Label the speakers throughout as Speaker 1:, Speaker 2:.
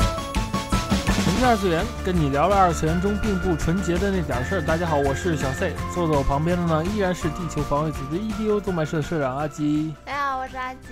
Speaker 1: 纯洁二次元，跟你聊聊二次元中并不纯洁的那点事儿。大家好，我是小 C，坐在我旁边的呢依然是地球防卫组织 EDO 动漫社的社长阿基。
Speaker 2: 大家好，我是阿基。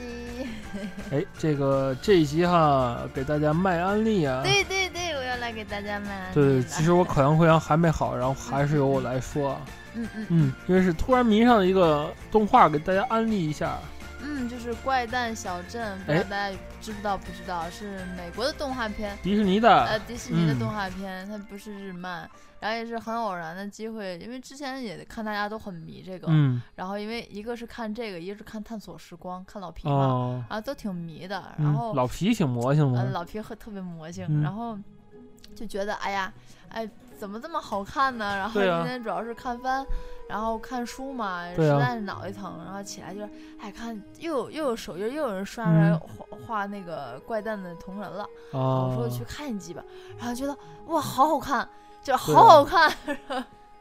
Speaker 1: 哎，这个这一集哈，给大家卖安利啊。
Speaker 2: 对对对，我要来给大家卖安利
Speaker 1: 对，
Speaker 2: 了
Speaker 1: 其实我口腔溃疡还没好，然后还是由我来说啊。
Speaker 2: 嗯嗯
Speaker 1: 嗯，因为是突然迷上了一个动画，给大家安利一下。
Speaker 2: 嗯，就是怪诞小
Speaker 1: 哎
Speaker 2: 镇，不知道大家知不知道？不知道是美国的动画片，
Speaker 1: 迪士尼的，
Speaker 2: 呃，迪士尼的
Speaker 1: 嗯
Speaker 2: 动画片，它不是日漫，然后也是很偶然的机会，因为之前也看大家都很迷这个，
Speaker 1: 嗯，
Speaker 2: 然后因为一个是看这个，一个是看《探索时光》，看老皮嘛，
Speaker 1: 哦，
Speaker 2: 然后都挺迷的，然
Speaker 1: 嗯
Speaker 2: 后，
Speaker 1: 老皮挺魔性
Speaker 2: 嗯，
Speaker 1: 的，
Speaker 2: 老皮特特别魔性，
Speaker 1: 嗯
Speaker 2: 然后就觉得哎呀，哎怎么这么好看呢？然后
Speaker 1: 对啊
Speaker 2: 今天主要是看番，然后看书嘛，
Speaker 1: 对啊
Speaker 2: 实在是脑袋疼，然后起来就是哎看又有又有手印，又有人刷出来
Speaker 1: 嗯
Speaker 2: 画、画那个怪诞的同人了，我说
Speaker 1: 哦，
Speaker 2: 去看一集吧，然后觉得哇好好看，就
Speaker 1: 对
Speaker 2: 好
Speaker 1: 啊
Speaker 2: 好看，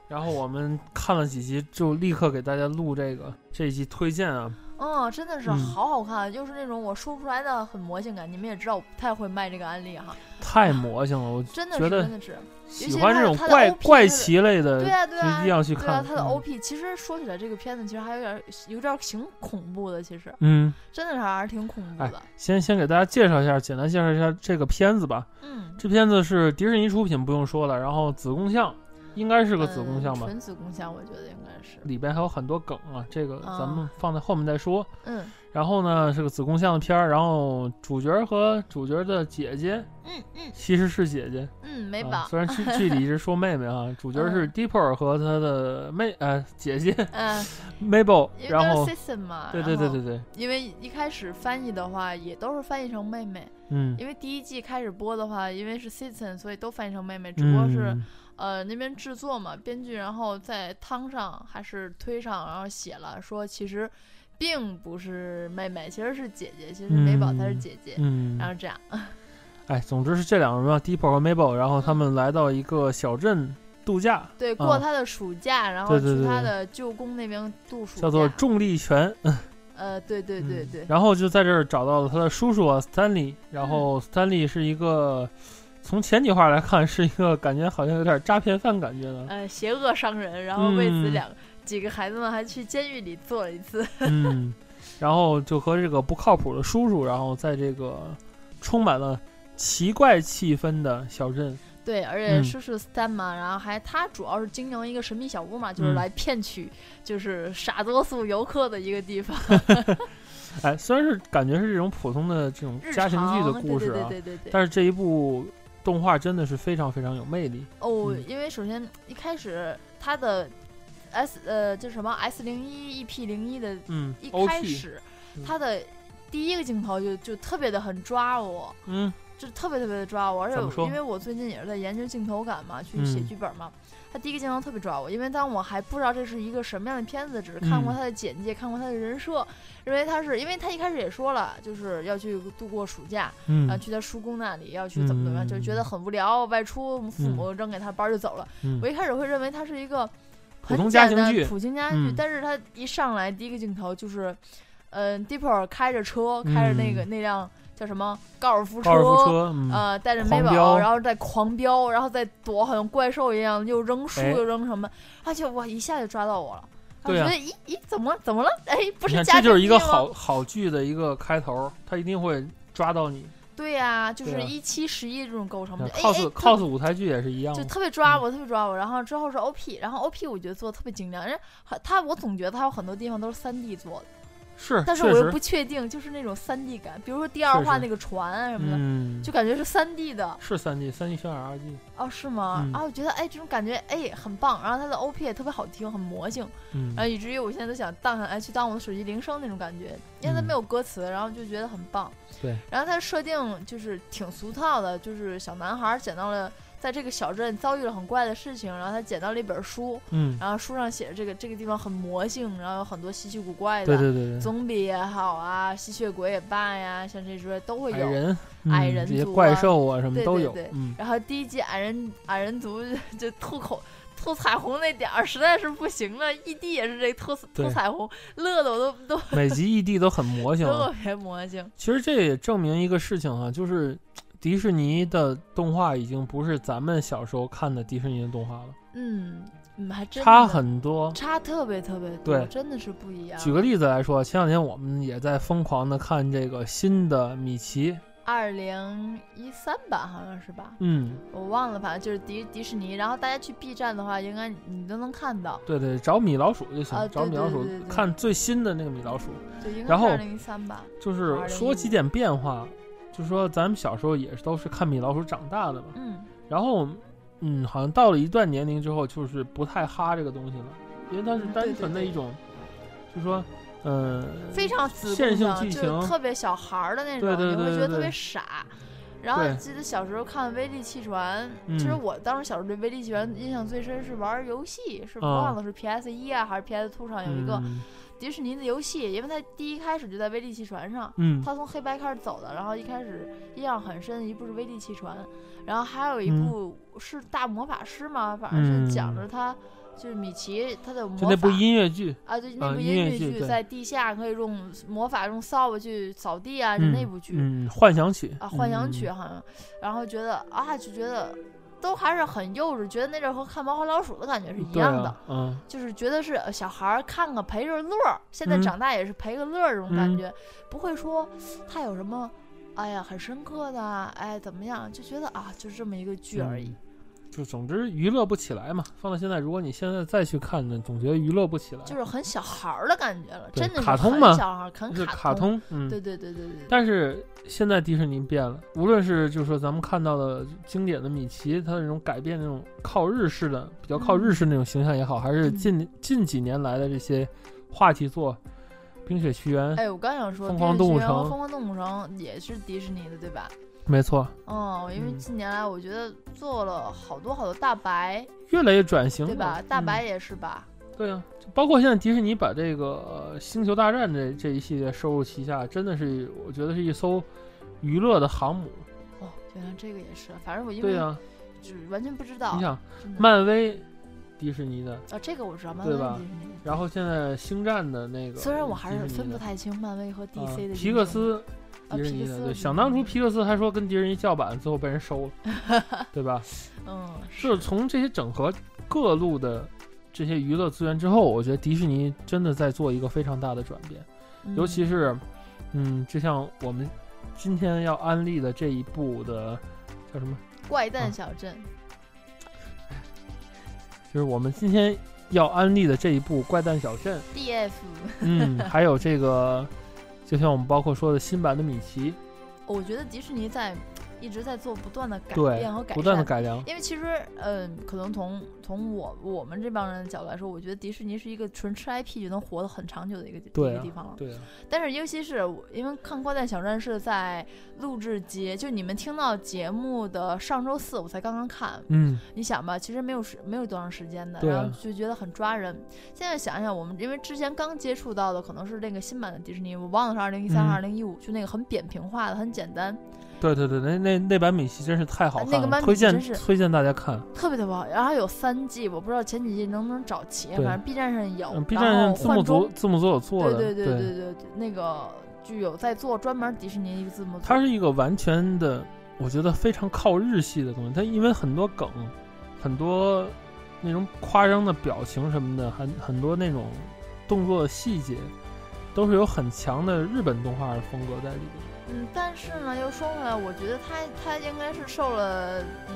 Speaker 1: 然后我们看了几集，就立刻给大家录这个这一集推荐啊。
Speaker 2: 嗯，真的是
Speaker 1: 嗯
Speaker 2: 好好看，就是那种我说不出来的很魔性感。你们也知道我不太会卖这个案例哈，
Speaker 1: 太魔性了，我
Speaker 2: 真的
Speaker 1: 觉
Speaker 2: 是
Speaker 1: 得
Speaker 2: 真的是，
Speaker 1: 喜欢这种
Speaker 2: 它的
Speaker 1: 怪
Speaker 2: OP
Speaker 1: 怪
Speaker 2: 它的
Speaker 1: 奇类的，
Speaker 2: 对啊，对啊，
Speaker 1: 一定要去
Speaker 2: 对啊
Speaker 1: 看。，
Speaker 2: 它的
Speaker 1: 嗯
Speaker 2: OP 其实说起来，这个片子其实还有点有点挺恐怖的，其实
Speaker 1: 嗯，
Speaker 2: 真的是还是挺恐怖
Speaker 1: 哎
Speaker 2: 的。
Speaker 1: 先先给大家介绍一下，简单介绍一下这个片子吧。
Speaker 2: 嗯，
Speaker 1: 这片子是迪士尼出品，不用说了。然后子宫像应该是个子宫像
Speaker 2: 嗯
Speaker 1: 吧，
Speaker 2: 纯子宫像，我觉得应该是。
Speaker 1: 里边还有很多梗啊，这个
Speaker 2: 啊
Speaker 1: 咱们放在后面再说。
Speaker 2: 嗯
Speaker 1: 然后呢，是个子宫像的片儿，然后主角和主角的姐姐
Speaker 2: 嗯嗯
Speaker 1: 其实是姐姐，
Speaker 2: 嗯，没
Speaker 1: 啊
Speaker 2: 吧？
Speaker 1: 虽然剧剧里一直说妹妹啊，主角是
Speaker 2: 嗯
Speaker 1: Dipper 和他的妹呃姐姐
Speaker 2: 嗯，
Speaker 1: Mabel，
Speaker 2: 因为
Speaker 1: 然
Speaker 2: 都
Speaker 1: 后
Speaker 2: 是 system 嘛。
Speaker 1: 对对对对。对，
Speaker 2: 因为一开始翻译的话，也都是翻译成妹妹。
Speaker 1: 嗯，
Speaker 2: 因为第一季开始播的话，因为是 system，所以都翻译成妹妹，只不过是
Speaker 1: 嗯
Speaker 2: 呃那边制作嘛，编剧然后在汤上还是推上，然后写了说其实并不是妹妹，其实是姐姐，其实美宝才是姐姐，
Speaker 1: 嗯，
Speaker 2: 然后这样，
Speaker 1: 哎，总之是这两个人啊，Dipper 和 Mabel，然后他们来到一个小镇度假，
Speaker 2: 对，
Speaker 1: 啊
Speaker 2: 过她的暑假，然后
Speaker 1: 对对
Speaker 2: 去
Speaker 1: 对
Speaker 2: 她
Speaker 1: 对
Speaker 2: 的舅公那边度暑假，
Speaker 1: 叫做嗯重力泉。
Speaker 2: 呃，对对对 对，
Speaker 1: 然后就在这儿找到了他的叔叔啊，Stanley。然
Speaker 2: 嗯
Speaker 1: 后 Stanley 是一个，从前几话来看是一个感觉好像有点诈骗犯感觉的，
Speaker 2: 呃，邪恶商人，然后为此
Speaker 1: 嗯
Speaker 2: 两、几个孩子们还去监狱里坐了一次，
Speaker 1: 嗯，然后就和这个不靠谱的叔叔，然后在这个充满了奇怪气氛的小镇，
Speaker 2: 对，而且
Speaker 1: 嗯
Speaker 2: 叔叔 Stan 嘛，然后还他主要是经营一个神秘小屋嘛，就是
Speaker 1: 嗯
Speaker 2: 来骗取就是傻多数游客的一个地方。
Speaker 1: 哎，虽然是感觉是这种普通的这种
Speaker 2: 日
Speaker 1: 家
Speaker 2: 常
Speaker 1: 庭剧的故事啊，
Speaker 2: 对对对对对对。
Speaker 1: 但是这一部动画真的是非常非常有魅力。
Speaker 2: 哦，
Speaker 1: 嗯
Speaker 2: 因为首先一开始它的 S 呃就是什么 S 零一 EP 零一的
Speaker 1: 嗯
Speaker 2: 一开
Speaker 1: OP，
Speaker 2: 始
Speaker 1: 嗯，
Speaker 2: 它的第一个镜头就就特别的很抓我。
Speaker 1: 嗯
Speaker 2: 就特别特别的抓我，而且
Speaker 1: 怎么说
Speaker 2: 因为我最近也是在研究镜头感嘛，去写
Speaker 1: 嗯
Speaker 2: 剧本嘛，他第一个镜头特别抓我，因为当我还不知道这是一个什么样的片子，只是看过
Speaker 1: 嗯
Speaker 2: 他的简介，看过他的人设，认为他是，因为他一开始也说了，就是要去度过暑假，啊，
Speaker 1: 嗯
Speaker 2: 去他叔公那里要去怎么怎么样，就觉得很无聊，外出，父母扔给他班儿就走了。
Speaker 1: 嗯
Speaker 2: 我一开始会认为他是一个
Speaker 1: 普
Speaker 2: 很
Speaker 1: 通家
Speaker 2: 简
Speaker 1: 庭
Speaker 2: 单
Speaker 1: 剧
Speaker 2: 普通家庭剧，
Speaker 1: 嗯
Speaker 2: 但是他一上来第一个镜头就是，嗯、d i p p e r 开着车，开着那个、那辆叫什么高尔
Speaker 1: 嗯
Speaker 2: 夫
Speaker 1: 高尔夫车，嗯，
Speaker 2: 呃，带着美
Speaker 1: 狂飙
Speaker 2: 宝，然后再狂飙，然后再躲，好像怪兽一样，又扔书
Speaker 1: 哎
Speaker 2: 又扔什么，而且哇，一下就抓到我了。我
Speaker 1: 对
Speaker 2: 觉
Speaker 1: 啊
Speaker 2: 得，咦咦，怎么怎么了？哎，不
Speaker 1: 你
Speaker 2: 是
Speaker 1: 看
Speaker 2: 家
Speaker 1: 这
Speaker 2: 庭
Speaker 1: 就是一个
Speaker 2: 剧吗
Speaker 1: 好好剧的一个开头，他一定会抓到你。
Speaker 2: 对呀、就是
Speaker 1: 对啊啊
Speaker 2: 一七十一这种构
Speaker 1: 嗯
Speaker 2: 成，哎哎
Speaker 1: cos，cos 舞台剧也是一样
Speaker 2: 就
Speaker 1: 的，
Speaker 2: 特别抓我，特别抓我。然后之后是 OP，然后 OP 我觉得做的特别精良，人家他我总觉得他有很多地方都是三 D 做的，
Speaker 1: 是，
Speaker 2: 但是
Speaker 1: 确
Speaker 2: 我又
Speaker 1: 实
Speaker 2: 不确定，就是那种三 D 感，比如说第二话
Speaker 1: 是
Speaker 2: 那个船啊什么的，
Speaker 1: 嗯，
Speaker 2: 就感觉是三 D 的
Speaker 1: 是三 D 三 D 渲染 RG，
Speaker 2: 哦，是吗？
Speaker 1: 嗯
Speaker 2: 啊，我觉得哎，这种感觉哎很棒，然后它的 OP 也特别好听，很魔性，
Speaker 1: 嗯
Speaker 2: 然后以至于我现在都想当哎去当我的手机铃声那种感觉，因为它
Speaker 1: 嗯
Speaker 2: 没有歌词，然后就觉得很棒。
Speaker 1: 对，
Speaker 2: 然后它的设定就是挺俗套的，就是小男孩捡到了在这个小镇遭遇了很怪的事情，然后他捡到了一本书，
Speaker 1: 嗯，
Speaker 2: 然后书上写着这个这个地方很魔性，然后有很多稀奇古怪的。
Speaker 1: 对对对对，
Speaker 2: 总比也好啊，吸血鬼也罢呀，像这些都会
Speaker 1: 矮
Speaker 2: 有。
Speaker 1: 人、
Speaker 2: 矮
Speaker 1: 嗯
Speaker 2: 人
Speaker 1: 这些
Speaker 2: 族
Speaker 1: 怪
Speaker 2: 啊
Speaker 1: 兽啊什么
Speaker 2: 对
Speaker 1: 都
Speaker 2: 对
Speaker 1: 有
Speaker 2: 对，
Speaker 1: 嗯，
Speaker 2: 然后第一集矮人矮人族 就就吐口吐彩虹那点儿实在是不行了，ED 也是这吐
Speaker 1: 对
Speaker 2: 吐彩虹，乐的我都都
Speaker 1: 每集异地都很魔性啊，
Speaker 2: 特别魔性。
Speaker 1: 其实这也证明一个事情哈、就是迪士尼的动画已经不是咱们小时候看的迪士尼的动画了，
Speaker 2: 嗯嗯，还真
Speaker 1: 差
Speaker 2: 的
Speaker 1: 很多。
Speaker 2: 差特别特别多，
Speaker 1: 对
Speaker 2: 真的是不一样。
Speaker 1: 举个例子来说，前两天我们也在疯狂的看这个新的米奇，
Speaker 2: 二零一三版好像是吧，
Speaker 1: 嗯，
Speaker 2: 我忘了，反正就是迪迪士尼。然后大家去 B 站的话，应该你都能看到，
Speaker 1: 对对，找米老鼠就行，
Speaker 2: 啊对
Speaker 1: 找米老鼠
Speaker 2: 对对对对
Speaker 1: 看最新的那个米老鼠，
Speaker 2: 就应该
Speaker 1: 然
Speaker 2: 是
Speaker 1: 后
Speaker 2: 二零一三吧。
Speaker 1: 就是说几点变化，就说咱们小时候也是都是看米老鼠长大的嘛，
Speaker 2: 嗯，
Speaker 1: 然后嗯，好像到了一段年龄之后，就是不太哈这个东西了，因为它是
Speaker 2: 嗯
Speaker 1: 单
Speaker 2: 对
Speaker 1: 纯
Speaker 2: 对
Speaker 1: 的
Speaker 2: 对
Speaker 1: 一种，就说嗯、呃
Speaker 2: 非常子
Speaker 1: 线
Speaker 2: 宫
Speaker 1: 性
Speaker 2: 的，
Speaker 1: 剧
Speaker 2: 就
Speaker 1: 情
Speaker 2: 是特别小孩儿的那种，
Speaker 1: 对对
Speaker 2: 你
Speaker 1: 对
Speaker 2: 会觉
Speaker 1: 对
Speaker 2: 得特别
Speaker 1: 对
Speaker 2: 傻。然后
Speaker 1: 对
Speaker 2: 记得小时候看《威力气船》，
Speaker 1: 嗯
Speaker 2: 其实我当时小时候对《威力气船》印象最深是玩儿游戏，是
Speaker 1: 啊
Speaker 2: 忘了是 PS 一啊还是 PS Two 上有一个
Speaker 1: 嗯
Speaker 2: 迪士尼的游戏，因为它第一开始就在《威力气船》上，
Speaker 1: 嗯
Speaker 2: 他从黑白开始走的，然后一开始印象很深的一部是《威力气船》，然后还有一部
Speaker 1: 嗯
Speaker 2: 是《大魔法师》嘛，反正是讲着他就是米奇他的魔法。
Speaker 1: 就那部音乐剧，
Speaker 2: 啊，对，
Speaker 1: 啊
Speaker 2: 那部
Speaker 1: 音
Speaker 2: 音
Speaker 1: 乐
Speaker 2: 乐
Speaker 1: 剧
Speaker 2: 剧
Speaker 1: 对
Speaker 2: 在地下可以用魔法用扫把去扫地啊，就
Speaker 1: 嗯
Speaker 2: 那部剧、
Speaker 1: 嗯，幻想曲
Speaker 2: 啊，幻想
Speaker 1: 嗯
Speaker 2: 曲好像，然后觉得啊，就觉得都还是很幼稚，觉得那阵儿和看《猫和老鼠》的感觉是一
Speaker 1: 对
Speaker 2: 样的，
Speaker 1: 啊，嗯，
Speaker 2: 就是觉得是呃小孩儿看个陪着乐儿，现在
Speaker 1: 嗯
Speaker 2: 长大也是陪个乐儿这种感
Speaker 1: 嗯
Speaker 2: 觉，不会说他有什么，哎呀很深刻的啊，哎怎么样，就觉得啊就这么一个剧而已
Speaker 1: 嗯。就总之娱乐不起来嘛。放到现在，如果你现在再去看呢，总觉得娱乐不起来，
Speaker 2: 就是很小孩儿的感觉了，
Speaker 1: 对
Speaker 2: 真的是
Speaker 1: 卡通
Speaker 2: 很
Speaker 1: 嘛
Speaker 2: 小孩儿，很
Speaker 1: 就是
Speaker 2: 卡
Speaker 1: 卡
Speaker 2: 通，
Speaker 1: 通，嗯，
Speaker 2: 对对对对对，
Speaker 1: 但是现在迪士尼变了，无论是就是说咱们看到的经典的米奇，它的那种改变那种靠日式的比较
Speaker 2: 嗯
Speaker 1: 靠日式那种形象也好，还是近、近几年来的这些话题作，《冰雪奇缘》
Speaker 2: 哎，我刚想说，
Speaker 1: 疯
Speaker 2: 《
Speaker 1: 狂
Speaker 2: 冰雪
Speaker 1: 动
Speaker 2: 奇
Speaker 1: 物
Speaker 2: 缘》和
Speaker 1: 城
Speaker 2: 《疯狂啊动物城》也是迪士尼的，对吧？
Speaker 1: 没错，
Speaker 2: 嗯，因为
Speaker 1: 嗯
Speaker 2: 近年来我觉得做了好多好多大白，
Speaker 1: 越来越转型了，
Speaker 2: 对吧？大
Speaker 1: 嗯
Speaker 2: 白也是吧？
Speaker 1: 对啊，就包括现在迪士尼把这个呃《星球大战这》这一系列收入旗下，真的是我觉得是一艘娱乐的航母。
Speaker 2: 哦，原来这个也是，反正我因
Speaker 1: 对
Speaker 2: 为
Speaker 1: 呀、
Speaker 2: 只完全不知道。
Speaker 1: 你想
Speaker 2: 真的
Speaker 1: 漫威，迪士尼的，
Speaker 2: 啊，这个我知道，漫
Speaker 1: 对
Speaker 2: 威
Speaker 1: 吧
Speaker 2: 迪士尼的。
Speaker 1: 然后现在星战的那个，
Speaker 2: 虽然我还是
Speaker 1: 迪士尼
Speaker 2: 分不
Speaker 1: 的
Speaker 2: 太清漫威和 DC 的
Speaker 1: 啊、
Speaker 2: 英雄、
Speaker 1: 皮克斯。
Speaker 2: 啊
Speaker 1: 迪士
Speaker 2: 皮
Speaker 1: 尼
Speaker 2: 克
Speaker 1: 的，
Speaker 2: 斯
Speaker 1: 对，
Speaker 2: 嗯
Speaker 1: 想当初皮克斯还说跟迪士尼叫板，最后被人收了，对吧？
Speaker 2: 嗯，
Speaker 1: 就是从这些整合各路的这些娱乐资源之后，我觉得迪士尼真的在做一个非常大的转变。尤其
Speaker 2: 是
Speaker 1: 是，嗯，就像我们今天要安利的这一部的叫什么？
Speaker 2: 嗯怪
Speaker 1: 啊
Speaker 2: 诞小镇，
Speaker 1: 就是我们今天要安利的这一部《怪诞小 镇》，
Speaker 2: DF
Speaker 1: 嗯，还有这个，就像我们包括说的新版的米奇，
Speaker 2: 我觉得迪士尼在一直在做不断的改
Speaker 1: 对
Speaker 2: 变和改善，
Speaker 1: 不断的改良，
Speaker 2: 因为其实，嗯、可能从从我我们这帮人的角度来说，我觉得迪士尼是一个纯吃 IP 就能活得很长久的一个地
Speaker 1: 对
Speaker 2: 一
Speaker 1: 啊
Speaker 2: 个地方了。
Speaker 1: 对啊，
Speaker 2: 但是尤其是我因为看《怪诞小镇》是在录制节，就你们听到节目的上周四，我才刚刚看。
Speaker 1: 嗯，
Speaker 2: 你想吧，其实没有时没有多长时间的，
Speaker 1: 对啊
Speaker 2: 然后就觉得很抓人。现在想一想，我们因为之前刚接触到的可能是那个新版的迪士尼，我忘了是二零一三、
Speaker 1: 嗯
Speaker 2: 二零一五，就那个很扁平化的，很简单。
Speaker 1: 对对对，那那那版米奇真是太好
Speaker 2: 啊
Speaker 1: 看
Speaker 2: 那
Speaker 1: 了，
Speaker 2: 个版
Speaker 1: 推
Speaker 2: 米奇
Speaker 1: 荐
Speaker 2: 真是
Speaker 1: 推荐大家看。
Speaker 2: 特别特别好，然后有三季，我不知道前几季能不能找齐，
Speaker 1: 对
Speaker 2: 反正 B 站上有
Speaker 1: 嗯，B
Speaker 2: 然
Speaker 1: 站
Speaker 2: 后
Speaker 1: 字幕
Speaker 2: 换
Speaker 1: 组
Speaker 2: 装，
Speaker 1: 字幕组有做
Speaker 2: 对
Speaker 1: 的，
Speaker 2: 对对对对对，那个就有在做专门迪士尼一个字幕组，
Speaker 1: 它是一个完全的，我觉得非常靠日系的东西。它因为很多梗，很多那种夸张的表情什么的，很很多那种动作的细节，都是有很强的日本动画的风格在里边。
Speaker 2: 嗯，但是呢，又说回来，我觉得他他应该是受了嗯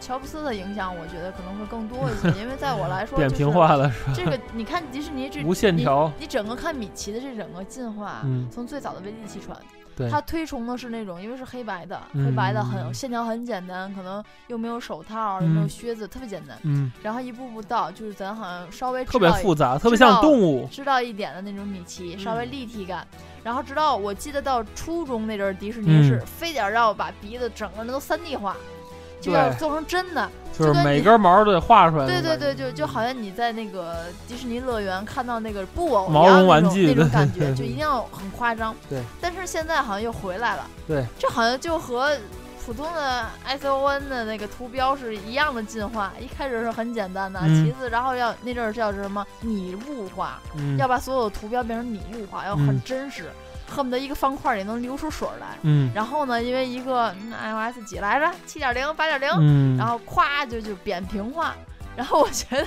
Speaker 2: 乔布斯的影响，我觉得可能会更多一 些，因为在我来说，
Speaker 1: 扁平化了是 吧？
Speaker 2: 这个你看迪士尼这
Speaker 1: 无线条，
Speaker 2: 你整个看米奇的这整个进化，
Speaker 1: 嗯
Speaker 2: 从最早的威力气喘，
Speaker 1: 对，
Speaker 2: 它推崇的是那种因为是黑白的，
Speaker 1: 嗯
Speaker 2: 黑白的很线条很简单，可能又没有手套，又没有
Speaker 1: 嗯
Speaker 2: 靴子，特别简单。
Speaker 1: 嗯，
Speaker 2: 然后一步步到，就是咱好像稍微
Speaker 1: 特别
Speaker 2: 知道一
Speaker 1: 复杂，特别像动物，
Speaker 2: 知道一点的那种米奇，稍微
Speaker 1: 嗯
Speaker 2: 立体感。然后直到我记得到初中那阵儿，迪士尼
Speaker 1: 嗯
Speaker 2: 是非得让我把鼻子整个人都三 D 化，就要
Speaker 1: 对
Speaker 2: 做成真的。
Speaker 1: 就是
Speaker 2: 跟
Speaker 1: 每
Speaker 2: 你
Speaker 1: 根毛都得画出来。
Speaker 2: 对对对，就就好像你在那个迪士尼乐园看到那个布偶一
Speaker 1: 毛
Speaker 2: 样
Speaker 1: 绒
Speaker 2: 那
Speaker 1: 玩
Speaker 2: 种
Speaker 1: 具
Speaker 2: 那种
Speaker 1: 对
Speaker 2: 感
Speaker 1: 对
Speaker 2: 觉，就一定要很夸张。
Speaker 1: 对。
Speaker 2: 但是现在好像又回来了。
Speaker 1: 对。
Speaker 2: 这好像就和普通的 S O N 的那个图标是一样的进化，一开始是很简单的，
Speaker 1: 嗯
Speaker 2: 其次然后要那阵儿叫什么拟物化，
Speaker 1: 嗯
Speaker 2: 要把所有的图标变成拟物化，要
Speaker 1: 嗯
Speaker 2: 很真实，恨不得一个方块里能流出水儿来。
Speaker 1: 嗯
Speaker 2: 然后呢，因为一个嗯 iOS 几来着，七点零、八点零，
Speaker 1: 嗯，
Speaker 2: 然后咵就就扁平化。然后我觉得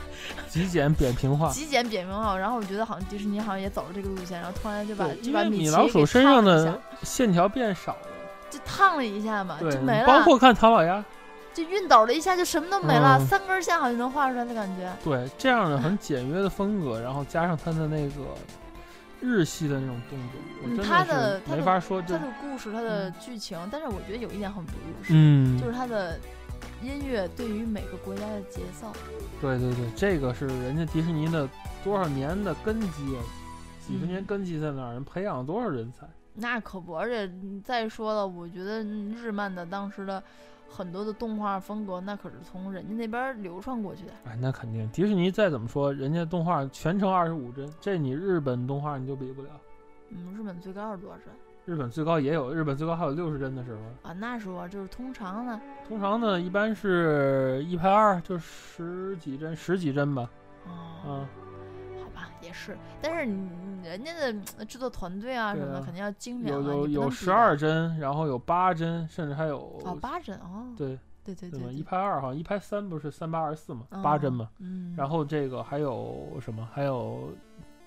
Speaker 1: 极简扁平化。
Speaker 2: 极简扁平化，然后我觉得好像迪士尼好像也走了这个路线，然后突然就把
Speaker 1: 对
Speaker 2: 就
Speaker 1: 因
Speaker 2: 把
Speaker 1: 为米
Speaker 2: 奇
Speaker 1: 老
Speaker 2: 给
Speaker 1: 鼠身
Speaker 2: 烫
Speaker 1: 上
Speaker 2: 了一
Speaker 1: 的
Speaker 2: 下
Speaker 1: 线条变少了，
Speaker 2: 就烫了一下嘛，
Speaker 1: 对
Speaker 2: 就没，了，
Speaker 1: 包括看唐老 鸭，
Speaker 2: 就熨斗了一下，就什么都没了，
Speaker 1: 嗯
Speaker 2: 三根线好像能画出来的感觉。
Speaker 1: 对这样的很简约的风格，然后加上他的那个日系的那种动作，我
Speaker 2: 嗯
Speaker 1: 真的
Speaker 2: 他的
Speaker 1: 是
Speaker 2: 他
Speaker 1: 没
Speaker 2: 的
Speaker 1: 法说
Speaker 2: 它
Speaker 1: 这，
Speaker 2: 的故事，它的剧情，但是我觉得有一点很不入世，
Speaker 1: 嗯，
Speaker 2: 就是它的音乐对于每个国家的节奏。
Speaker 1: 对对对，这个是人家迪士尼的多少年的根基，啊，几十年
Speaker 2: 嗯
Speaker 1: 根基在那儿，人培养了多少人才？
Speaker 2: 那可不，而且你再说了，我觉得日漫的当时的很多的动画风格，那可是从人家那边流传过去的。
Speaker 1: 哎，那肯定，迪士尼再怎么说，人家动画全程二十五帧，这你日本动画你就比不了。
Speaker 2: 嗯，日本最高是多少帧
Speaker 1: 日本最高也有，日本最高还有六十帧的时候。
Speaker 2: 啊？那时候就是通常呢，
Speaker 1: 通常呢，一般是一拍二，就十几帧、十几帧吧。
Speaker 2: 哦，
Speaker 1: 啊，
Speaker 2: 好吧，也是，但是你你人家的嗯制作团队啊
Speaker 1: 对
Speaker 2: 什么的
Speaker 1: 啊
Speaker 2: 肯定要精良
Speaker 1: 有
Speaker 2: 啊，
Speaker 1: 有
Speaker 2: 你不能
Speaker 1: 有
Speaker 2: 比
Speaker 1: 十二帧，然后有八帧，甚至还有
Speaker 2: 哦八帧哦，
Speaker 1: 对
Speaker 2: 对对
Speaker 1: 对
Speaker 2: 对
Speaker 1: 吧？
Speaker 2: 对，
Speaker 1: 一拍二好像一拍三不是三八二十四嘛，八帧嘛。
Speaker 2: 嗯，嗯，
Speaker 1: 然后这个还有什么？还有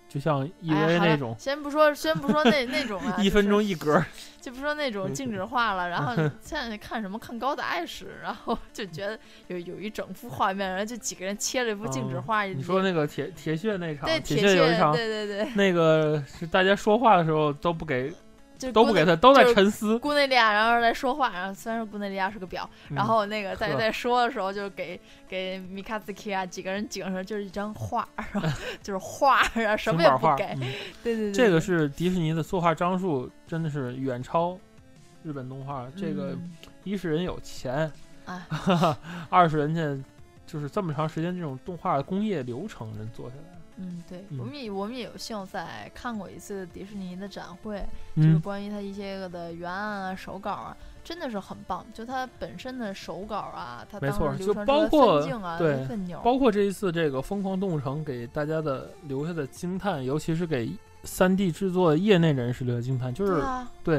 Speaker 1: 就像
Speaker 2: 哎呀
Speaker 1: EVA
Speaker 2: 好了
Speaker 1: ，E 那种，
Speaker 2: 先不说先不说那那 种啊，
Speaker 1: 一
Speaker 2: 就
Speaker 1: 分
Speaker 2: 是
Speaker 1: 钟一格，
Speaker 2: 就不说那种静止画了， 然后现在看什么看高达也是，然后就觉得有有一整幅画面，然后就几个人切了一幅静止
Speaker 1: 嗯
Speaker 2: 画。
Speaker 1: 你说那个铁铁血那场
Speaker 2: 对，
Speaker 1: 铁
Speaker 2: 铁
Speaker 1: 有一场，
Speaker 2: 对对对，
Speaker 1: 那个是大家说话的时候都不给，
Speaker 2: 就
Speaker 1: 都不给他，都在
Speaker 2: 就是
Speaker 1: 沉思。
Speaker 2: 姑内利亚，然后在说话，然后虽然说姑内利亚是个婊，
Speaker 1: 嗯
Speaker 2: 然后那个在
Speaker 1: 呵
Speaker 2: 在说的时候，就是给给米卡兹基啊几个人顶上就是一张画，然后就是画，然后什么也
Speaker 1: 平板
Speaker 2: 不
Speaker 1: 画
Speaker 2: 给，
Speaker 1: 嗯
Speaker 2: 对对对，
Speaker 1: 这
Speaker 2: 对
Speaker 1: 个是迪士尼的作画张数真的是远超日本动画。这个
Speaker 2: 嗯
Speaker 1: 一是人有钱，
Speaker 2: 啊
Speaker 1: 二是人家就是这么长时间这种动画工业流程人做下来了。
Speaker 2: 嗯对，
Speaker 1: 嗯
Speaker 2: 我们也我们也有幸在看过一次迪士尼的展会，就是
Speaker 1: 嗯，
Speaker 2: 关于他一些个的原案啊、手稿啊，真的是很棒。就他本身的手稿啊，他
Speaker 1: 没
Speaker 2: 当
Speaker 1: 错
Speaker 2: 时
Speaker 1: 就
Speaker 2: 流传出
Speaker 1: 包
Speaker 2: 来的
Speaker 1: 括
Speaker 2: 分镜啊，
Speaker 1: 对
Speaker 2: 都很牛。
Speaker 1: 包括这一次这个《疯狂动物城》给大家的留下的惊叹，尤其是给三 D 制作业内人士留下惊叹，就是
Speaker 2: 对啊，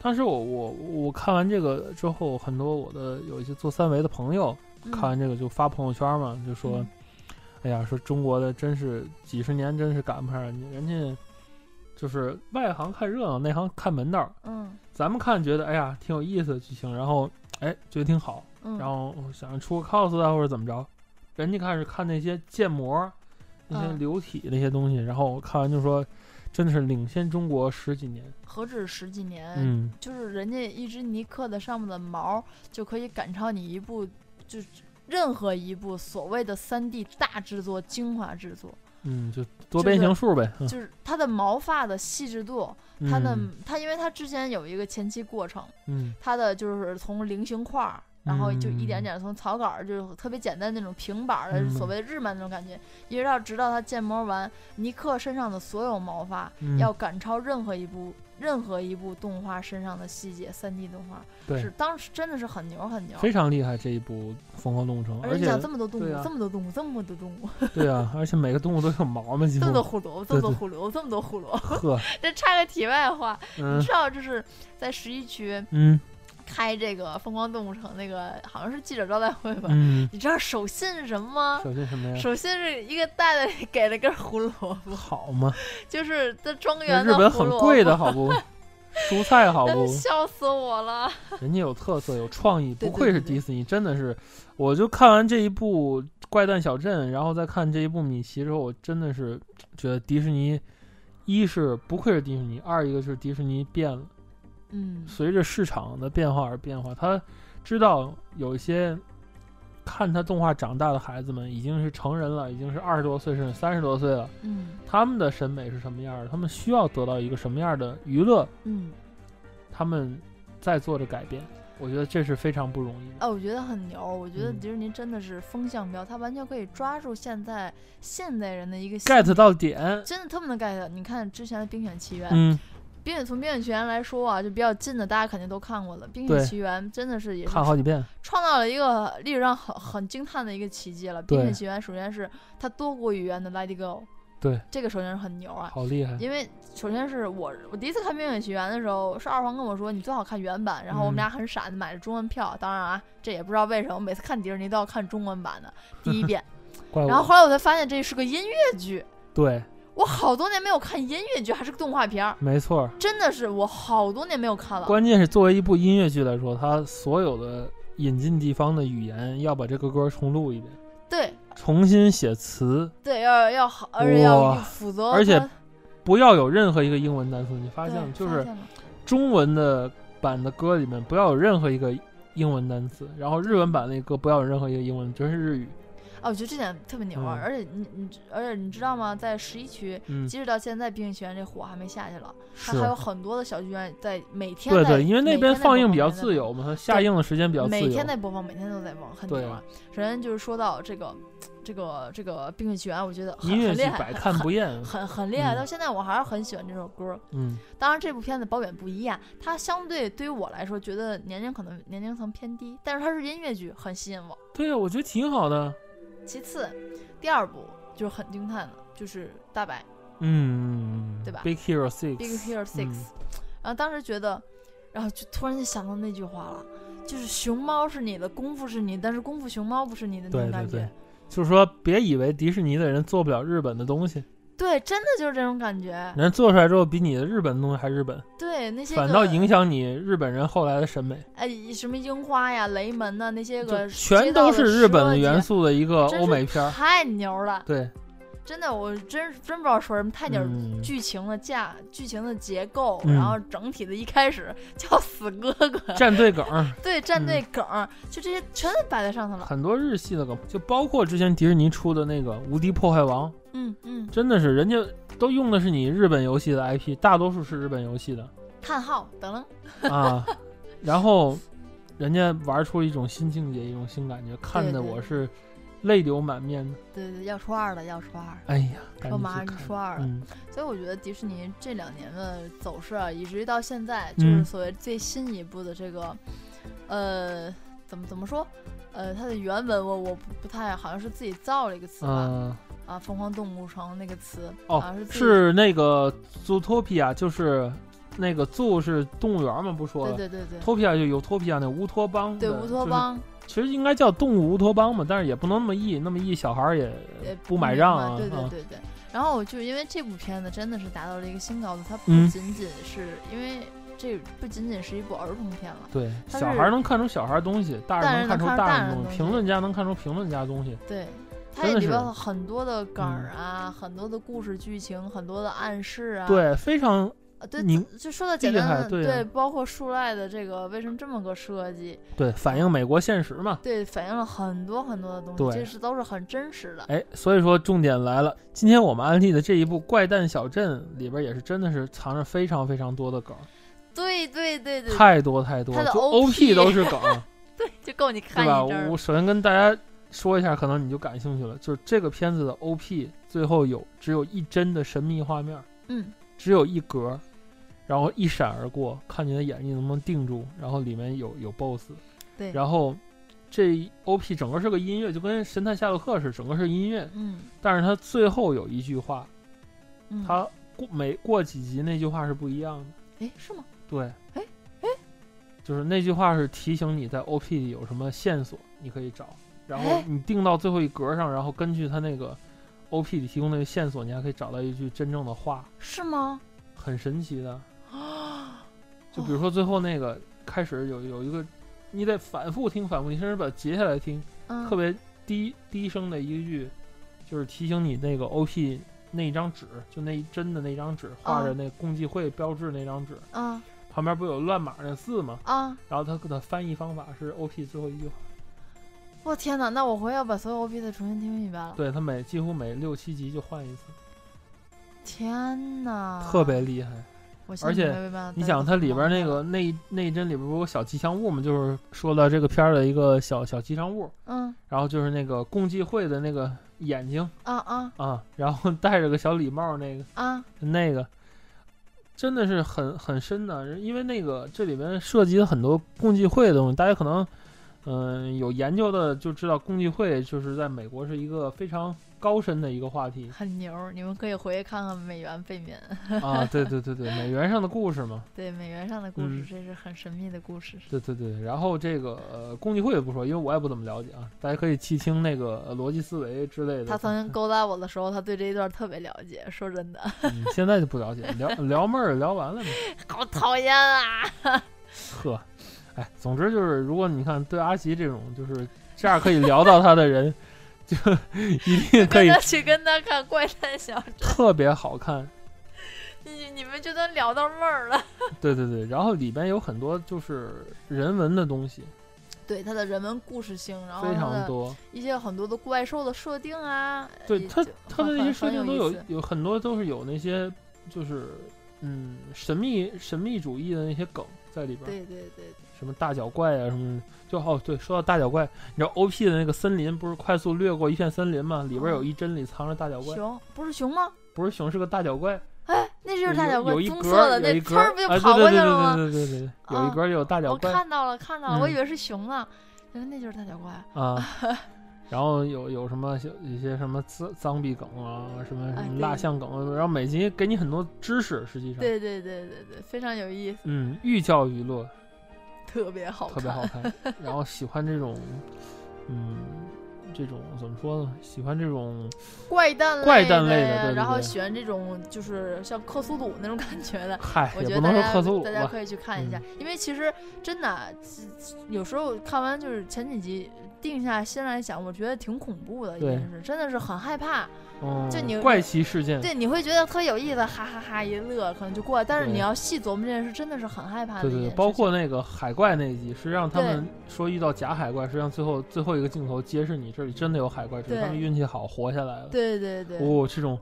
Speaker 1: 当时我我我看完这个之后，很多我的有一些做三维的朋友
Speaker 2: 嗯
Speaker 1: 看完这个就发朋友圈嘛，就说
Speaker 2: 嗯：“
Speaker 1: 哎呀，说中国的真是几十年真是赶不上人家，人家就是外行看热闹，内行看门道儿。
Speaker 2: 嗯
Speaker 1: 咱们看觉得哎呀挺有意思的剧情，然后哎觉得挺好，
Speaker 2: 嗯，
Speaker 1: 然后哦想出个 cos 啊或者怎么着，人家看是看那些建模、那些
Speaker 2: 嗯
Speaker 1: 流体那些东西，然后我看完就说，真的是领先中国十几年。
Speaker 2: 何止十几年，
Speaker 1: 嗯，
Speaker 2: 就是人家一只尼克的上面的毛就可以赶超你一部，就是任何一部所谓的三 D 大制作、精华制作，
Speaker 1: 嗯，就多
Speaker 2: 就是
Speaker 1: 边形数呗。嗯
Speaker 2: 就是它的毛发的细致度，它的
Speaker 1: 嗯
Speaker 2: 它因为它之前有一个前期过程。
Speaker 1: 嗯
Speaker 2: 它的就是从菱形块儿，然后就一点
Speaker 1: 嗯
Speaker 2: 点从草稿儿，就是特别简单那种平板儿的、
Speaker 1: 嗯
Speaker 2: 所谓日漫那种感觉，一直到直到它建模完，尼克身上的所有毛发、
Speaker 1: 嗯
Speaker 2: 要赶超任何一部任何一部动画身上的细节，三 D 动画是
Speaker 1: 对，
Speaker 2: 当时真的是很牛很牛。
Speaker 1: 非常厉害这一部《疯狂动物城》，
Speaker 2: 而
Speaker 1: 而
Speaker 2: 且你
Speaker 1: 且
Speaker 2: 想这么多动
Speaker 1: 对
Speaker 2: 物，
Speaker 1: 啊
Speaker 2: 这么多动物，这么多动物，
Speaker 1: 对啊，而且每个动物都有毛嘛，几乎
Speaker 2: 这么多虎头，这么多
Speaker 1: 对
Speaker 2: 虎头，这么多虎头。
Speaker 1: 呵，
Speaker 2: 这插个题外话，你
Speaker 1: 嗯
Speaker 2: 知道就是在十一区
Speaker 1: 嗯
Speaker 2: 开这个疯狂动物城那个好像是记者招待会吧，
Speaker 1: 嗯，
Speaker 2: 你知道手信是什么吗？
Speaker 1: 首先什么呀？
Speaker 2: 手信是一个袋子里给了根胡萝卜，
Speaker 1: 好嘛，
Speaker 2: 就是在庄
Speaker 1: 那
Speaker 2: 园
Speaker 1: 日
Speaker 2: 的
Speaker 1: 本
Speaker 2: 胡
Speaker 1: 很
Speaker 2: 萝卜，
Speaker 1: 贵的，好不？蔬菜好不？
Speaker 2: 笑死我了。
Speaker 1: 人家有特色，有创意，
Speaker 2: 对
Speaker 1: 不
Speaker 2: 对
Speaker 1: 愧是
Speaker 2: 对对
Speaker 1: 迪士尼，真的是。我就看完这一部《怪诞小镇》，然后再看这一部《米奇》之后，我真的是觉得迪士尼，一是不愧是迪士尼，二一个是迪士尼变了，
Speaker 2: 嗯
Speaker 1: 随着市场的变化而变化。他知道有一些看他动画长大的孩子们已经是成人了，已经是二十多岁甚至三十多岁了，
Speaker 2: 嗯
Speaker 1: 他们的审美是什么样的，他们需要得到一个什么样的娱乐，
Speaker 2: 嗯，
Speaker 1: 他们在做着改变。我觉得这是非常不容易的。
Speaker 2: 哎、我觉得很牛，我觉得
Speaker 1: 嗯
Speaker 2: 迪士尼真的是风向标，它完全可以抓住现在现代人的一个心
Speaker 1: get 到点，
Speaker 2: 真的特别能 get。你看之前的《冰雪奇缘》
Speaker 1: 嗯，
Speaker 2: 冰雪从《冰雪奇缘》来说啊，就比较近的，大家肯定都看过了，《冰雪
Speaker 1: 对
Speaker 2: 奇缘》真的是也是
Speaker 1: 看好几遍，
Speaker 2: 创造了一个历史上很很惊叹的一个奇迹了。《
Speaker 1: 对
Speaker 2: 冰雪奇缘》首先是它多国语言的 Let It Go，
Speaker 1: 对，
Speaker 2: 这个首先是很牛啊。
Speaker 1: 好厉害，
Speaker 2: 因为首先是我我第一次看《冰雪奇缘》的时候，是二黄跟我说你最好看原版，然后我们
Speaker 1: 嗯
Speaker 2: 俩很傻的买了中文票。当然啊，这也不知道为什么，每次看迪士尼都要看中文版的第一 遍。
Speaker 1: 怪
Speaker 2: 然后
Speaker 1: 我。
Speaker 2: 后来我才发现这是个音乐剧，
Speaker 1: 对，
Speaker 2: 我好多年没有看音乐剧，还是个动画片儿，
Speaker 1: 没错儿。
Speaker 2: 真的是我好多年没有看了。
Speaker 1: 关键是作为一部音乐剧来说，它所有的引进地方的语言要把这个歌重录一遍，
Speaker 2: 对
Speaker 1: 重新写词，
Speaker 2: 对，要要好，而且要
Speaker 1: 哇
Speaker 2: 负责它，
Speaker 1: 而且不要有任何一个英文单词。你发
Speaker 2: 对
Speaker 1: 现了，就
Speaker 2: 发
Speaker 1: 是
Speaker 2: 现了
Speaker 1: 中文的版的歌里面不要有任何一个英文单词，然后日文版那歌不要有任何一个英文，全是日语。
Speaker 2: 啊，我觉得这点特别牛啊！
Speaker 1: 嗯
Speaker 2: 而且你你而且你知道吗？在十一区，
Speaker 1: 嗯，
Speaker 2: 即使到现在，《冰雪奇缘》这火还没下去了，它
Speaker 1: 是
Speaker 2: 还。有很多的小剧院在每天
Speaker 1: 对
Speaker 2: 在
Speaker 1: 对，因为那
Speaker 2: 每天
Speaker 1: 边
Speaker 2: 在
Speaker 1: 放映
Speaker 2: 播
Speaker 1: 比较
Speaker 2: 每天在
Speaker 1: 自由嘛，它下映的时间比较
Speaker 2: 播
Speaker 1: 自
Speaker 2: 每
Speaker 1: 由
Speaker 2: 天。在播放，每天都在播，很
Speaker 1: 对
Speaker 2: 牛啊！首先就是说到这个这个这个《冰雪奇缘》，我觉得很
Speaker 1: 音乐
Speaker 2: 很
Speaker 1: 剧
Speaker 2: 厉害，
Speaker 1: 百
Speaker 2: 很
Speaker 1: 看 不厌。
Speaker 2: 很很厉害，
Speaker 1: 嗯
Speaker 2: 到现在我还是很喜欢这首歌。
Speaker 1: 嗯，
Speaker 2: 当然，这部片子褒贬不一啊，它相对对于我来说，觉得年龄可能年龄层偏低，但是它是音乐剧，很吸引我。
Speaker 1: 对啊呀，我觉得挺好的。
Speaker 2: 其次，第二部就是很惊叹的，就是大白
Speaker 1: 嗯，
Speaker 2: 对吧
Speaker 1: ？Big Hero Six。
Speaker 2: Big Hero Six，、
Speaker 1: 嗯
Speaker 2: 然后当时觉得，然后就突然就想到那句话了，就是熊猫是你的，功夫是你，但是功夫熊猫不是你的那
Speaker 1: 对
Speaker 2: 种
Speaker 1: 对
Speaker 2: 感觉。
Speaker 1: 对，就是说，别以为迪士尼的人做不了日本的东西，
Speaker 2: 对真的就是这种感觉。
Speaker 1: 人家做出来之后比你的日本的东西还日本，
Speaker 2: 对那些个
Speaker 1: 反倒影响你日本人后来的审美，
Speaker 2: 哎什么樱花呀、雷门呐、那些个
Speaker 1: 就全都是日本的元
Speaker 2: 素，
Speaker 1: 素的一个
Speaker 2: 真
Speaker 1: 欧
Speaker 2: 是
Speaker 1: 美 片儿。
Speaker 2: 太牛了！
Speaker 1: 对，
Speaker 2: 真的，我真是真不知道说什么，太牛了。
Speaker 1: 嗯
Speaker 2: 剧情的架、剧情的结构，
Speaker 1: 嗯
Speaker 2: 然后整体的一开始 叫死哥哥，
Speaker 1: 战队 梗儿，
Speaker 2: 对战队
Speaker 1: 嗯
Speaker 2: 梗儿，就这些全都摆在上头了。
Speaker 1: 很多日系的梗，就包括之前迪士尼出的那个《无敌破坏王》，
Speaker 2: 嗯嗯，
Speaker 1: 真的是人家都用的是你日本游戏的 IP，大多数是日本游戏的。
Speaker 2: 叹号等等。
Speaker 1: 啊，然后人家玩出一种新境界，一种新感觉，看得
Speaker 2: 对
Speaker 1: 我是泪流满面的。
Speaker 2: 对对，要初二了，要初二，
Speaker 1: 哎呀，赶
Speaker 2: 我
Speaker 1: 紧
Speaker 2: 马
Speaker 1: 去
Speaker 2: 上就
Speaker 1: 看
Speaker 2: 初二了。
Speaker 1: 嗯，
Speaker 2: 所以我觉得迪士尼这两年的走势，啊，以至于到现在，就是
Speaker 1: 嗯
Speaker 2: 所谓最新一部的这个，呃，怎么怎么说？呃，它的原文我我不不太好像是自己造了一个词吧？嗯
Speaker 1: 嗯，
Speaker 2: 啊，疯狂动物城那个词，好像
Speaker 1: 哦
Speaker 2: 是，自己
Speaker 1: 是那个 Zootopia，就是那个 Zoo 是动物园嘛，不说
Speaker 2: 对
Speaker 1: 了。
Speaker 2: 对对对
Speaker 1: Topia 就有 Topia 那乌托邦的，
Speaker 2: 对乌托
Speaker 1: 就是
Speaker 2: 邦
Speaker 1: 其实应该叫动物乌托邦嘛，但是也不能那么译，那么译小孩儿也
Speaker 2: 也
Speaker 1: 不买
Speaker 2: 明
Speaker 1: 账
Speaker 2: 白
Speaker 1: 啊
Speaker 2: 呃对对
Speaker 1: 啊
Speaker 2: 对对。然后我就因为这部片子真的是达到了一个新高度，它不
Speaker 1: 嗯
Speaker 2: 仅仅是、因为这不仅仅是一部儿童片了，
Speaker 1: 对，
Speaker 2: 它
Speaker 1: 小
Speaker 2: 是
Speaker 1: 孩儿能看出小孩儿东西，大
Speaker 2: 大
Speaker 1: 人
Speaker 2: 人
Speaker 1: 能看
Speaker 2: 能
Speaker 1: 出
Speaker 2: 看出大
Speaker 1: 大
Speaker 2: 人
Speaker 1: 人
Speaker 2: 的
Speaker 1: 东
Speaker 2: 东
Speaker 1: 西，
Speaker 2: 西
Speaker 1: 评论家能看出评论家东西，
Speaker 2: 对，它
Speaker 1: 真
Speaker 2: 也
Speaker 1: 的是
Speaker 2: 里
Speaker 1: 嗯
Speaker 2: 边有很多的梗儿啊，很多的故事剧情，很多的暗示啊。
Speaker 1: 对，非常
Speaker 2: 呃，对，
Speaker 1: 你
Speaker 2: 就说到简单
Speaker 1: 害
Speaker 2: 的，
Speaker 1: 对啊
Speaker 2: 包括树赖的这个为什么这么个设计，
Speaker 1: 对，反映美国现实嘛。
Speaker 2: 对，反映了很多很多的东
Speaker 1: 对
Speaker 2: 西，这是都是很真实的。
Speaker 1: 哎，所以说重点来了，今天我们安利的这一部《怪诞小镇》里边也是真的是藏着非常非常多的梗，
Speaker 2: 对对对对，
Speaker 1: 太多太多，
Speaker 2: 它的
Speaker 1: 就
Speaker 2: OP
Speaker 1: OP 都是梗，
Speaker 2: 对，就够你
Speaker 1: 对
Speaker 2: 看
Speaker 1: 吧？
Speaker 2: 一阵儿
Speaker 1: 我
Speaker 2: 了。
Speaker 1: 首先跟大家说一下，可能你就感兴趣了，就是这个片子的 OP 最后有只有一帧的神秘画面，
Speaker 2: 嗯，
Speaker 1: 只有一格，然后一闪而过，看你的眼睛能不能定住，然后里面有有 BOSS，
Speaker 2: 对，
Speaker 1: 然后这 OP 整个是个音乐，就跟《神探夏洛克》似的，整个是音乐。
Speaker 2: 嗯
Speaker 1: 但是他最后有一句话，
Speaker 2: 嗯，
Speaker 1: 他过每过几集那句话是不一样的。
Speaker 2: 哎，是吗？
Speaker 1: 对，
Speaker 2: 哎
Speaker 1: 就是那句话是提醒你在 OP 里有什么线索，你可以找，然后
Speaker 2: 哎
Speaker 1: 你定到最后一格上，然后根据他那个 OP 里提供那个线索，你还可以找到一句真正的话，
Speaker 2: 是吗？
Speaker 1: 很神奇的。就比如说最后那个开始有有一个，你得反复听，反复听，甚至把它截下来听，
Speaker 2: 嗯，
Speaker 1: 特别低低声的一句，就是提醒你那个 OP 那一张纸，就那一针的那张纸，画
Speaker 2: 嗯
Speaker 1: 着那共济会标志那张纸，
Speaker 2: 啊
Speaker 1: 旁边不有乱码那字吗？
Speaker 2: 啊！
Speaker 1: 然后它的翻译方法是 OP 最后一句话，
Speaker 2: 我天哪，那我回去要把所有 OP 再重新听一遍了。
Speaker 1: 对它每几乎每六七集就换一次，
Speaker 2: 天哪，
Speaker 1: 特别厉害。
Speaker 2: 我现在
Speaker 1: 而且
Speaker 2: 没办法
Speaker 1: 你
Speaker 2: 再
Speaker 1: 想，
Speaker 2: 怎
Speaker 1: 它
Speaker 2: 么
Speaker 1: 里边
Speaker 2: 弄
Speaker 1: 那
Speaker 2: 了
Speaker 1: 个那一那一帧里边不有个小吉祥物吗？就是说到这个片儿的一个小小吉祥物，
Speaker 2: 嗯
Speaker 1: 然后就是那个共济会的那个眼睛
Speaker 2: 啊啊
Speaker 1: 啊，然后戴着个小礼帽那个
Speaker 2: 啊
Speaker 1: 那个，真的是很很深的，因为那个这里边涉及了很多共济会的东西，大家可能嗯、有研究的就知道，共济会就是在美国是一个非常高深的一个话 题
Speaker 2: 很牛儿！你们可以回去看看美元背面，
Speaker 1: 啊，对对对对，美元上的故事嘛，
Speaker 2: 对美元上的故事，
Speaker 1: 嗯
Speaker 2: 这是很神秘的故事。
Speaker 1: 对对对，然后这个呃，共济会不说，因为我也不怎么了解啊，大家可以去听那个呃逻辑思维之类的。
Speaker 2: 他曾经勾搭我的时候，他对这一段特别了解。说真的，
Speaker 1: 嗯现在就不了解，聊聊妹儿聊完了嘛，
Speaker 2: 好讨厌啊！
Speaker 1: 呵，哎，总之就是，如果你看对阿奇这种就是这样可以聊到他的人，就一定可
Speaker 2: 跟
Speaker 1: 以
Speaker 2: 他去跟他看《怪诞小镇》，
Speaker 1: 特别好看。
Speaker 2: 你你们就能聊到味儿了。
Speaker 1: 对对对，然后里边有很多就是人文的东西，
Speaker 2: 对他的人文故事性，然后
Speaker 1: 非
Speaker 2: 他
Speaker 1: 常
Speaker 2: 的
Speaker 1: 多。
Speaker 2: 一些很多的怪兽的设定啊，
Speaker 1: 对
Speaker 2: 也
Speaker 1: 它
Speaker 2: 就
Speaker 1: 它的
Speaker 2: 很
Speaker 1: 那些
Speaker 2: 很
Speaker 1: 设定
Speaker 2: 很
Speaker 1: 都
Speaker 2: 有
Speaker 1: 有
Speaker 2: 意思
Speaker 1: 有很多都是有那些就是嗯神秘神秘主义的那些梗在里边儿，
Speaker 2: 对对对
Speaker 1: 什么大脚怪啊什么的，就哦对，说到大脚怪，你知道 O P 的那个森林不是快速掠过一片森林吗？里边有一帧里藏着大脚
Speaker 2: 对，
Speaker 1: 怪，
Speaker 2: 嗯熊不是熊吗？
Speaker 1: 不是熊是个大脚怪，
Speaker 2: 哎，那就是
Speaker 1: 有
Speaker 2: 大脚怪
Speaker 1: 有，一
Speaker 2: 棕
Speaker 1: 格
Speaker 2: 色
Speaker 1: 儿
Speaker 2: 的
Speaker 1: 有一
Speaker 2: 那
Speaker 1: 格
Speaker 2: 村
Speaker 1: 儿
Speaker 2: 儿不就
Speaker 1: 啊
Speaker 2: 跑
Speaker 1: 对
Speaker 2: 过去
Speaker 1: 对对
Speaker 2: 了吗？
Speaker 1: 对对对对对，有一
Speaker 2: 啊
Speaker 1: 格儿有大脚
Speaker 2: 我
Speaker 1: 怪
Speaker 2: 看到了，看到了，我
Speaker 1: 嗯
Speaker 2: 以为是熊呢，原来那就是大脚怪。
Speaker 1: 啊。 然后有有什么一些什么脏脏逼梗啊，什么
Speaker 2: 哎
Speaker 1: 什么
Speaker 2: 对
Speaker 1: 蜡像梗啊，然后每集给你很多知识，实际上，
Speaker 2: 对对对对对，非常有意思，
Speaker 1: 嗯，寓教于乐，
Speaker 2: 特别好看。
Speaker 1: 特别好看。然后喜欢这种，嗯，这种怎么说呢？喜欢这种，
Speaker 2: 怪诞
Speaker 1: 怪
Speaker 2: 类
Speaker 1: 诞
Speaker 2: 的
Speaker 1: 类的
Speaker 2: 呀
Speaker 1: 对对
Speaker 2: 然后
Speaker 1: 对
Speaker 2: 喜欢这种就是像克苏鲁那种感觉 的。
Speaker 1: 嗨，
Speaker 2: 呃我
Speaker 1: 也
Speaker 2: 觉
Speaker 1: 不
Speaker 2: 得
Speaker 1: 能说
Speaker 2: 大家
Speaker 1: 克苏鲁
Speaker 2: 大家
Speaker 1: 吧。嗯
Speaker 2: 可以去看一下，因为其实真的有时候看完就是前几集定下心来想，我觉得挺恐怖的，一
Speaker 1: 对
Speaker 2: 件事，真的是很害怕。
Speaker 1: 嗯，
Speaker 2: 就你
Speaker 1: 怪奇事件，
Speaker 2: 对，你会觉得特有意思，哈哈哈一乐，可能就过来。但是
Speaker 1: 对
Speaker 2: 你要细琢磨这件事，真的是很害怕的
Speaker 1: 对
Speaker 2: 一件
Speaker 1: 对
Speaker 2: 事
Speaker 1: 对，
Speaker 2: 情。
Speaker 1: 包括那个海怪那一集，实际上他
Speaker 2: 对
Speaker 1: 们说遇到假海怪，实际上最后最后一个镜头揭示你这里真的有海怪，只是他们
Speaker 2: 对
Speaker 1: 运气好活下来了。
Speaker 2: 对对对，
Speaker 1: 哦，这种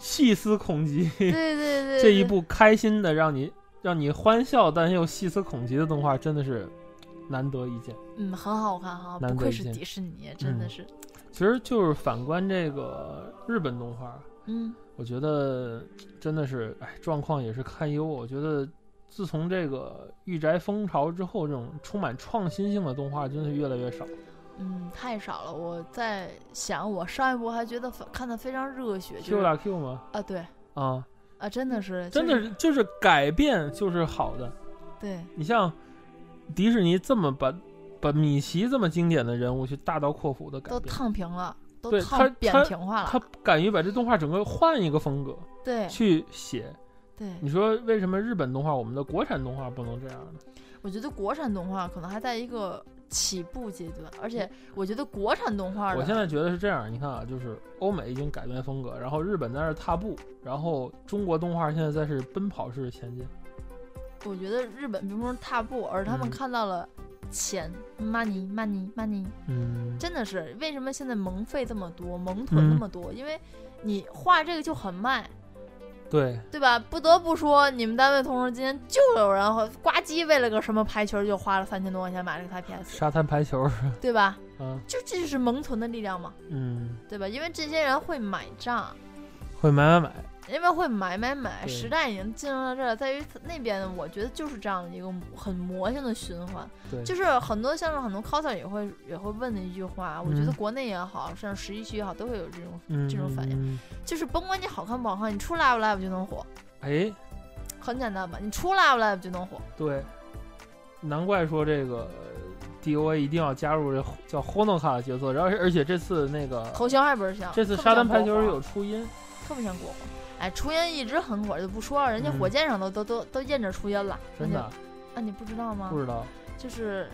Speaker 1: 细思恐极，
Speaker 2: 对对对，
Speaker 1: 这一
Speaker 2: 对
Speaker 1: 部开心的让你让你欢笑但又细思恐极的动画，真的是难得一见。
Speaker 2: 嗯很好看哈，
Speaker 1: 难
Speaker 2: 不
Speaker 1: 得
Speaker 2: 愧
Speaker 1: 一
Speaker 2: 是
Speaker 1: 见
Speaker 2: 迪士尼，真的
Speaker 1: 嗯
Speaker 2: 是，
Speaker 1: 其实就是反观这个日本动画，
Speaker 2: 嗯
Speaker 1: 我觉得真的是，哎，状况也是堪忧。我觉得自从这个御宅风潮之后，这种充满创新性的动画真的是越来越少。
Speaker 2: 嗯太少了。我在想，我上一部还觉得非看的非常热血，就
Speaker 1: Q
Speaker 2: 是
Speaker 1: 打 Q 吗？
Speaker 2: 啊对
Speaker 1: 啊，
Speaker 2: 啊真的是
Speaker 1: 真
Speaker 2: 就
Speaker 1: 的
Speaker 2: 是
Speaker 1: 是就是改变就是好的。
Speaker 2: 对
Speaker 1: 你像迪士尼这么把把米奇这么经典的人物去大刀阔斧的改
Speaker 2: 都
Speaker 1: 变，
Speaker 2: 烫平了，都
Speaker 1: 对
Speaker 2: 烫
Speaker 1: 它
Speaker 2: 扁
Speaker 1: 它
Speaker 2: 平化
Speaker 1: 他
Speaker 2: 了，
Speaker 1: 敢于把这动画整个换一个风格
Speaker 2: 对
Speaker 1: 去写。
Speaker 2: 对。
Speaker 1: 你说为什么日本动画我们的国产动画不能这样呢？
Speaker 2: 我觉得国产动画可能还在一个起步阶段，而且我觉得国产动画的，
Speaker 1: 嗯我现在觉得是这样，你看啊，就是欧美已经改变风格，然后日本在这儿踏步，然后中国动画现在在是奔跑式前进。
Speaker 2: 我觉得日本并不是踏步，而他们
Speaker 1: 嗯
Speaker 2: 看到了钱、money money money，
Speaker 1: 嗯，
Speaker 2: 真的是为什么现在萌费这么多，萌臀那
Speaker 1: 嗯
Speaker 2: 么多？因为你画这个就很卖，
Speaker 1: 对，
Speaker 2: 对吧？不得不说，你们单位同事今天就有人和呱唧为了个什么排球就花了三千多块钱买了个台 PS，
Speaker 1: 沙滩排球，
Speaker 2: 对吧？
Speaker 1: 啊，
Speaker 2: 就这就是萌臀的力量嘛，
Speaker 1: 嗯，
Speaker 2: 对吧？因为这些人会买账。
Speaker 1: 会买买买，
Speaker 2: 因为会买买买，
Speaker 1: 对
Speaker 2: 时代已经进入到这儿，在于那边，我觉得就是这样的一个很魔性的循环。
Speaker 1: 对，
Speaker 2: 就是很多像是很多 coser 也会也会问的一句话，我
Speaker 1: 嗯
Speaker 2: 觉得国内也好，像十一区也好，都会有这种，这种反应
Speaker 1: 应。
Speaker 2: 就是甭管你好看不好看，你出 live live 就能火，
Speaker 1: 哎，
Speaker 2: 很简单吧？你出 live live 就能火。
Speaker 1: 对，难怪说这个呃 DOA 一定要加入这叫 Honoka 的角色，然后而且这次那个
Speaker 2: 头。型还不是像
Speaker 1: 这次沙滩排球有初音，
Speaker 2: 特别像国货，哎，初音一直很火，就不说了，人家
Speaker 1: 嗯
Speaker 2: 火箭上都、都都都印着初音了，
Speaker 1: 真的
Speaker 2: 那就啊，你不知道吗？
Speaker 1: 不知道。
Speaker 2: 就是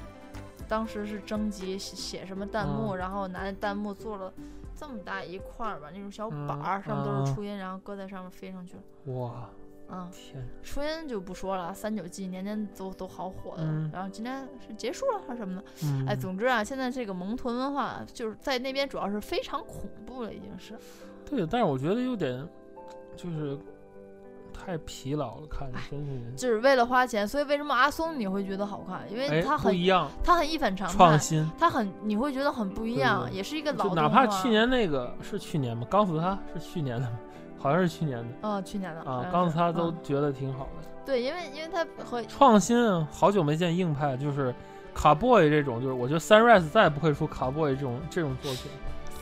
Speaker 2: 当时是征集写写什么弹幕，
Speaker 1: 嗯
Speaker 2: 然后拿那弹幕做了这么大一块儿吧，那种小板
Speaker 1: 嗯
Speaker 2: 儿，上面都
Speaker 1: 嗯
Speaker 2: 是初音，然后搁在上面飞上去了。
Speaker 1: 哇，
Speaker 2: 嗯，
Speaker 1: 天，
Speaker 2: 初音就不说了，三九季年年都都好火的，
Speaker 1: 嗯
Speaker 2: 然后今天是结束了还是什么的？
Speaker 1: 嗯，
Speaker 2: 哎，总之啊，现在这个萌豚文化就是在那边主要是非常恐怖了，已经是。
Speaker 1: 对，但是我觉得有点，就是太疲劳了，看着真是。
Speaker 2: 就是为了花钱，所以为什么阿松你会觉得好看？因为
Speaker 1: 哎
Speaker 2: 它，
Speaker 1: 不
Speaker 2: 很、
Speaker 1: 一样，
Speaker 2: 它很一反常
Speaker 1: 创
Speaker 2: 态，
Speaker 1: 新。
Speaker 2: 它很你会觉得很不一样，
Speaker 1: 对对
Speaker 2: 也是一个
Speaker 1: 就
Speaker 2: 老动
Speaker 1: 哪怕
Speaker 2: 画
Speaker 1: 去年那个是去年吗？钢丝他是去年的吗？好像是去年的
Speaker 2: 嗯去年的好
Speaker 1: 啊
Speaker 2: 像，
Speaker 1: 钢
Speaker 2: 是
Speaker 1: 丝他都
Speaker 2: 嗯
Speaker 1: 觉得挺好的。
Speaker 2: 对，因为因为它和
Speaker 1: 创新啊，好久没见硬派，就是卡 boy 这种，就是我觉得 Sunrise 再也不会出卡 boy 这种这种 作品，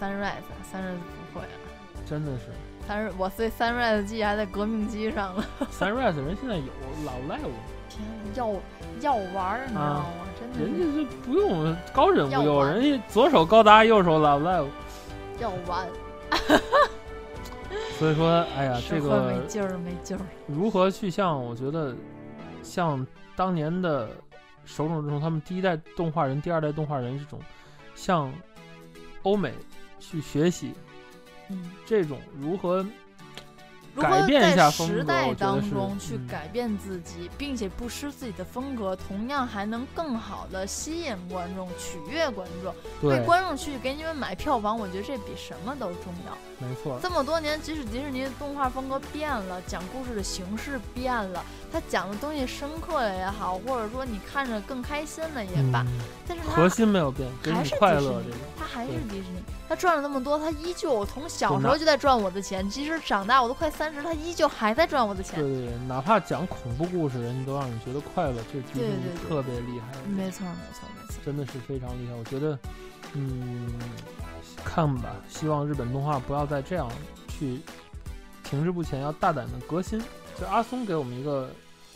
Speaker 2: Sunrise 啊 Sunrise 不会了
Speaker 1: 真的是
Speaker 2: ，Sunrise 我对 Sunrise 记还在革命机上了，
Speaker 1: Sunrise 人现在有老赖我，
Speaker 2: 天啊，要要玩儿你知道
Speaker 1: 啊
Speaker 2: 吗？真的
Speaker 1: 人
Speaker 2: 是
Speaker 1: 家就不用高枕无
Speaker 2: 要
Speaker 1: 忧，
Speaker 2: 玩
Speaker 1: 人家左手高达，右手老赖我，
Speaker 2: 要玩，
Speaker 1: 所以说，哎呀，
Speaker 2: 是
Speaker 1: 这
Speaker 2: 会
Speaker 1: 个
Speaker 2: 没劲儿没劲儿。
Speaker 1: 如何去向我觉得像当年的手冢治虫他们第一代动画人、第二代动画人这种向欧美去学习
Speaker 2: 嗯，
Speaker 1: 这种如何
Speaker 2: 如
Speaker 1: 改
Speaker 2: 何
Speaker 1: 变一下
Speaker 2: 在
Speaker 1: 风
Speaker 2: 时
Speaker 1: 格
Speaker 2: 代
Speaker 1: 我觉得
Speaker 2: 当
Speaker 1: 是
Speaker 2: 中去
Speaker 1: 嗯
Speaker 2: 改变自己，并且不失自己的风格，同样还能更好的吸引观众、取悦观众，为
Speaker 1: 对，
Speaker 2: 观众去给你们买票房，我觉得这比什么都重要。
Speaker 1: 没错，
Speaker 2: 这么多年，即使迪士尼的动画风格变了，讲故事的形式变了，它讲的东西深刻了也好，或者说你看着更开心了也罢，
Speaker 1: 嗯
Speaker 2: 但是
Speaker 1: 核
Speaker 2: 它
Speaker 1: 心没有变，给
Speaker 2: 还
Speaker 1: 你
Speaker 2: 是
Speaker 1: 快
Speaker 2: 迪士
Speaker 1: 乐
Speaker 2: 尼
Speaker 1: 这个。
Speaker 2: 它还是
Speaker 1: 对
Speaker 2: 迪士尼，它赚了那么多，它依旧从小
Speaker 1: 就
Speaker 2: 时
Speaker 1: 拿
Speaker 2: 候就在赚我的钱，即使长大我都快三十，它依旧还在赚我的
Speaker 1: 对
Speaker 2: 钱。
Speaker 1: 对对，哪怕讲恐怖故事，人家都让你觉得快乐，这迪士
Speaker 2: 对
Speaker 1: 尼
Speaker 2: 对对
Speaker 1: 特别厉害，
Speaker 2: 没错，没错，没错。
Speaker 1: 真的是非常厉害。我觉得，嗯，看吧，希望日本动画不要再这样去停滞不前，要大胆的革新。就阿松给我们一个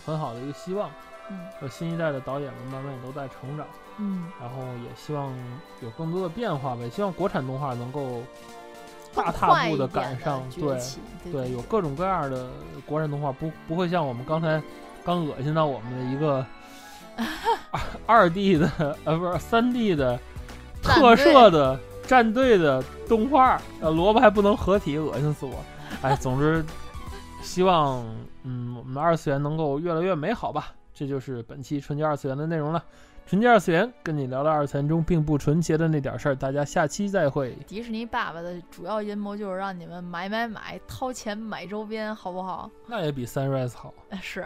Speaker 1: 很好的一个希望，
Speaker 2: 嗯
Speaker 1: 呃，新一代的导演们慢慢也都在成长，
Speaker 2: 嗯，
Speaker 1: 然后也希望有更多的变化吧，也希望国产动画能够大
Speaker 2: 更
Speaker 1: 踏
Speaker 2: 快
Speaker 1: 步
Speaker 2: 一
Speaker 1: 地
Speaker 2: 点
Speaker 1: 赶
Speaker 2: 地
Speaker 1: 上
Speaker 2: 崛
Speaker 1: 对
Speaker 2: 起，对
Speaker 1: 对，有各种各样的国产动画，不不会像我们刚才刚恶心到我们的一 个二二 D 的呃不是三 D 的
Speaker 2: 战
Speaker 1: 特
Speaker 2: 队
Speaker 1: 摄的战队的动画，呃萝卜还不能合体，恶心死我！ 哎，总之希望嗯我们的二次元能够越来越美好吧，这就是本期纯洁二次元的内容了。纯洁二次元跟你聊聊二次元中并不纯洁的那点事儿，大家下期再会。
Speaker 2: 迪士尼爸爸的主要阴谋就是让你们买买买，掏钱买周边，好不好？
Speaker 1: 那也比 Sunrise 好。
Speaker 2: 是。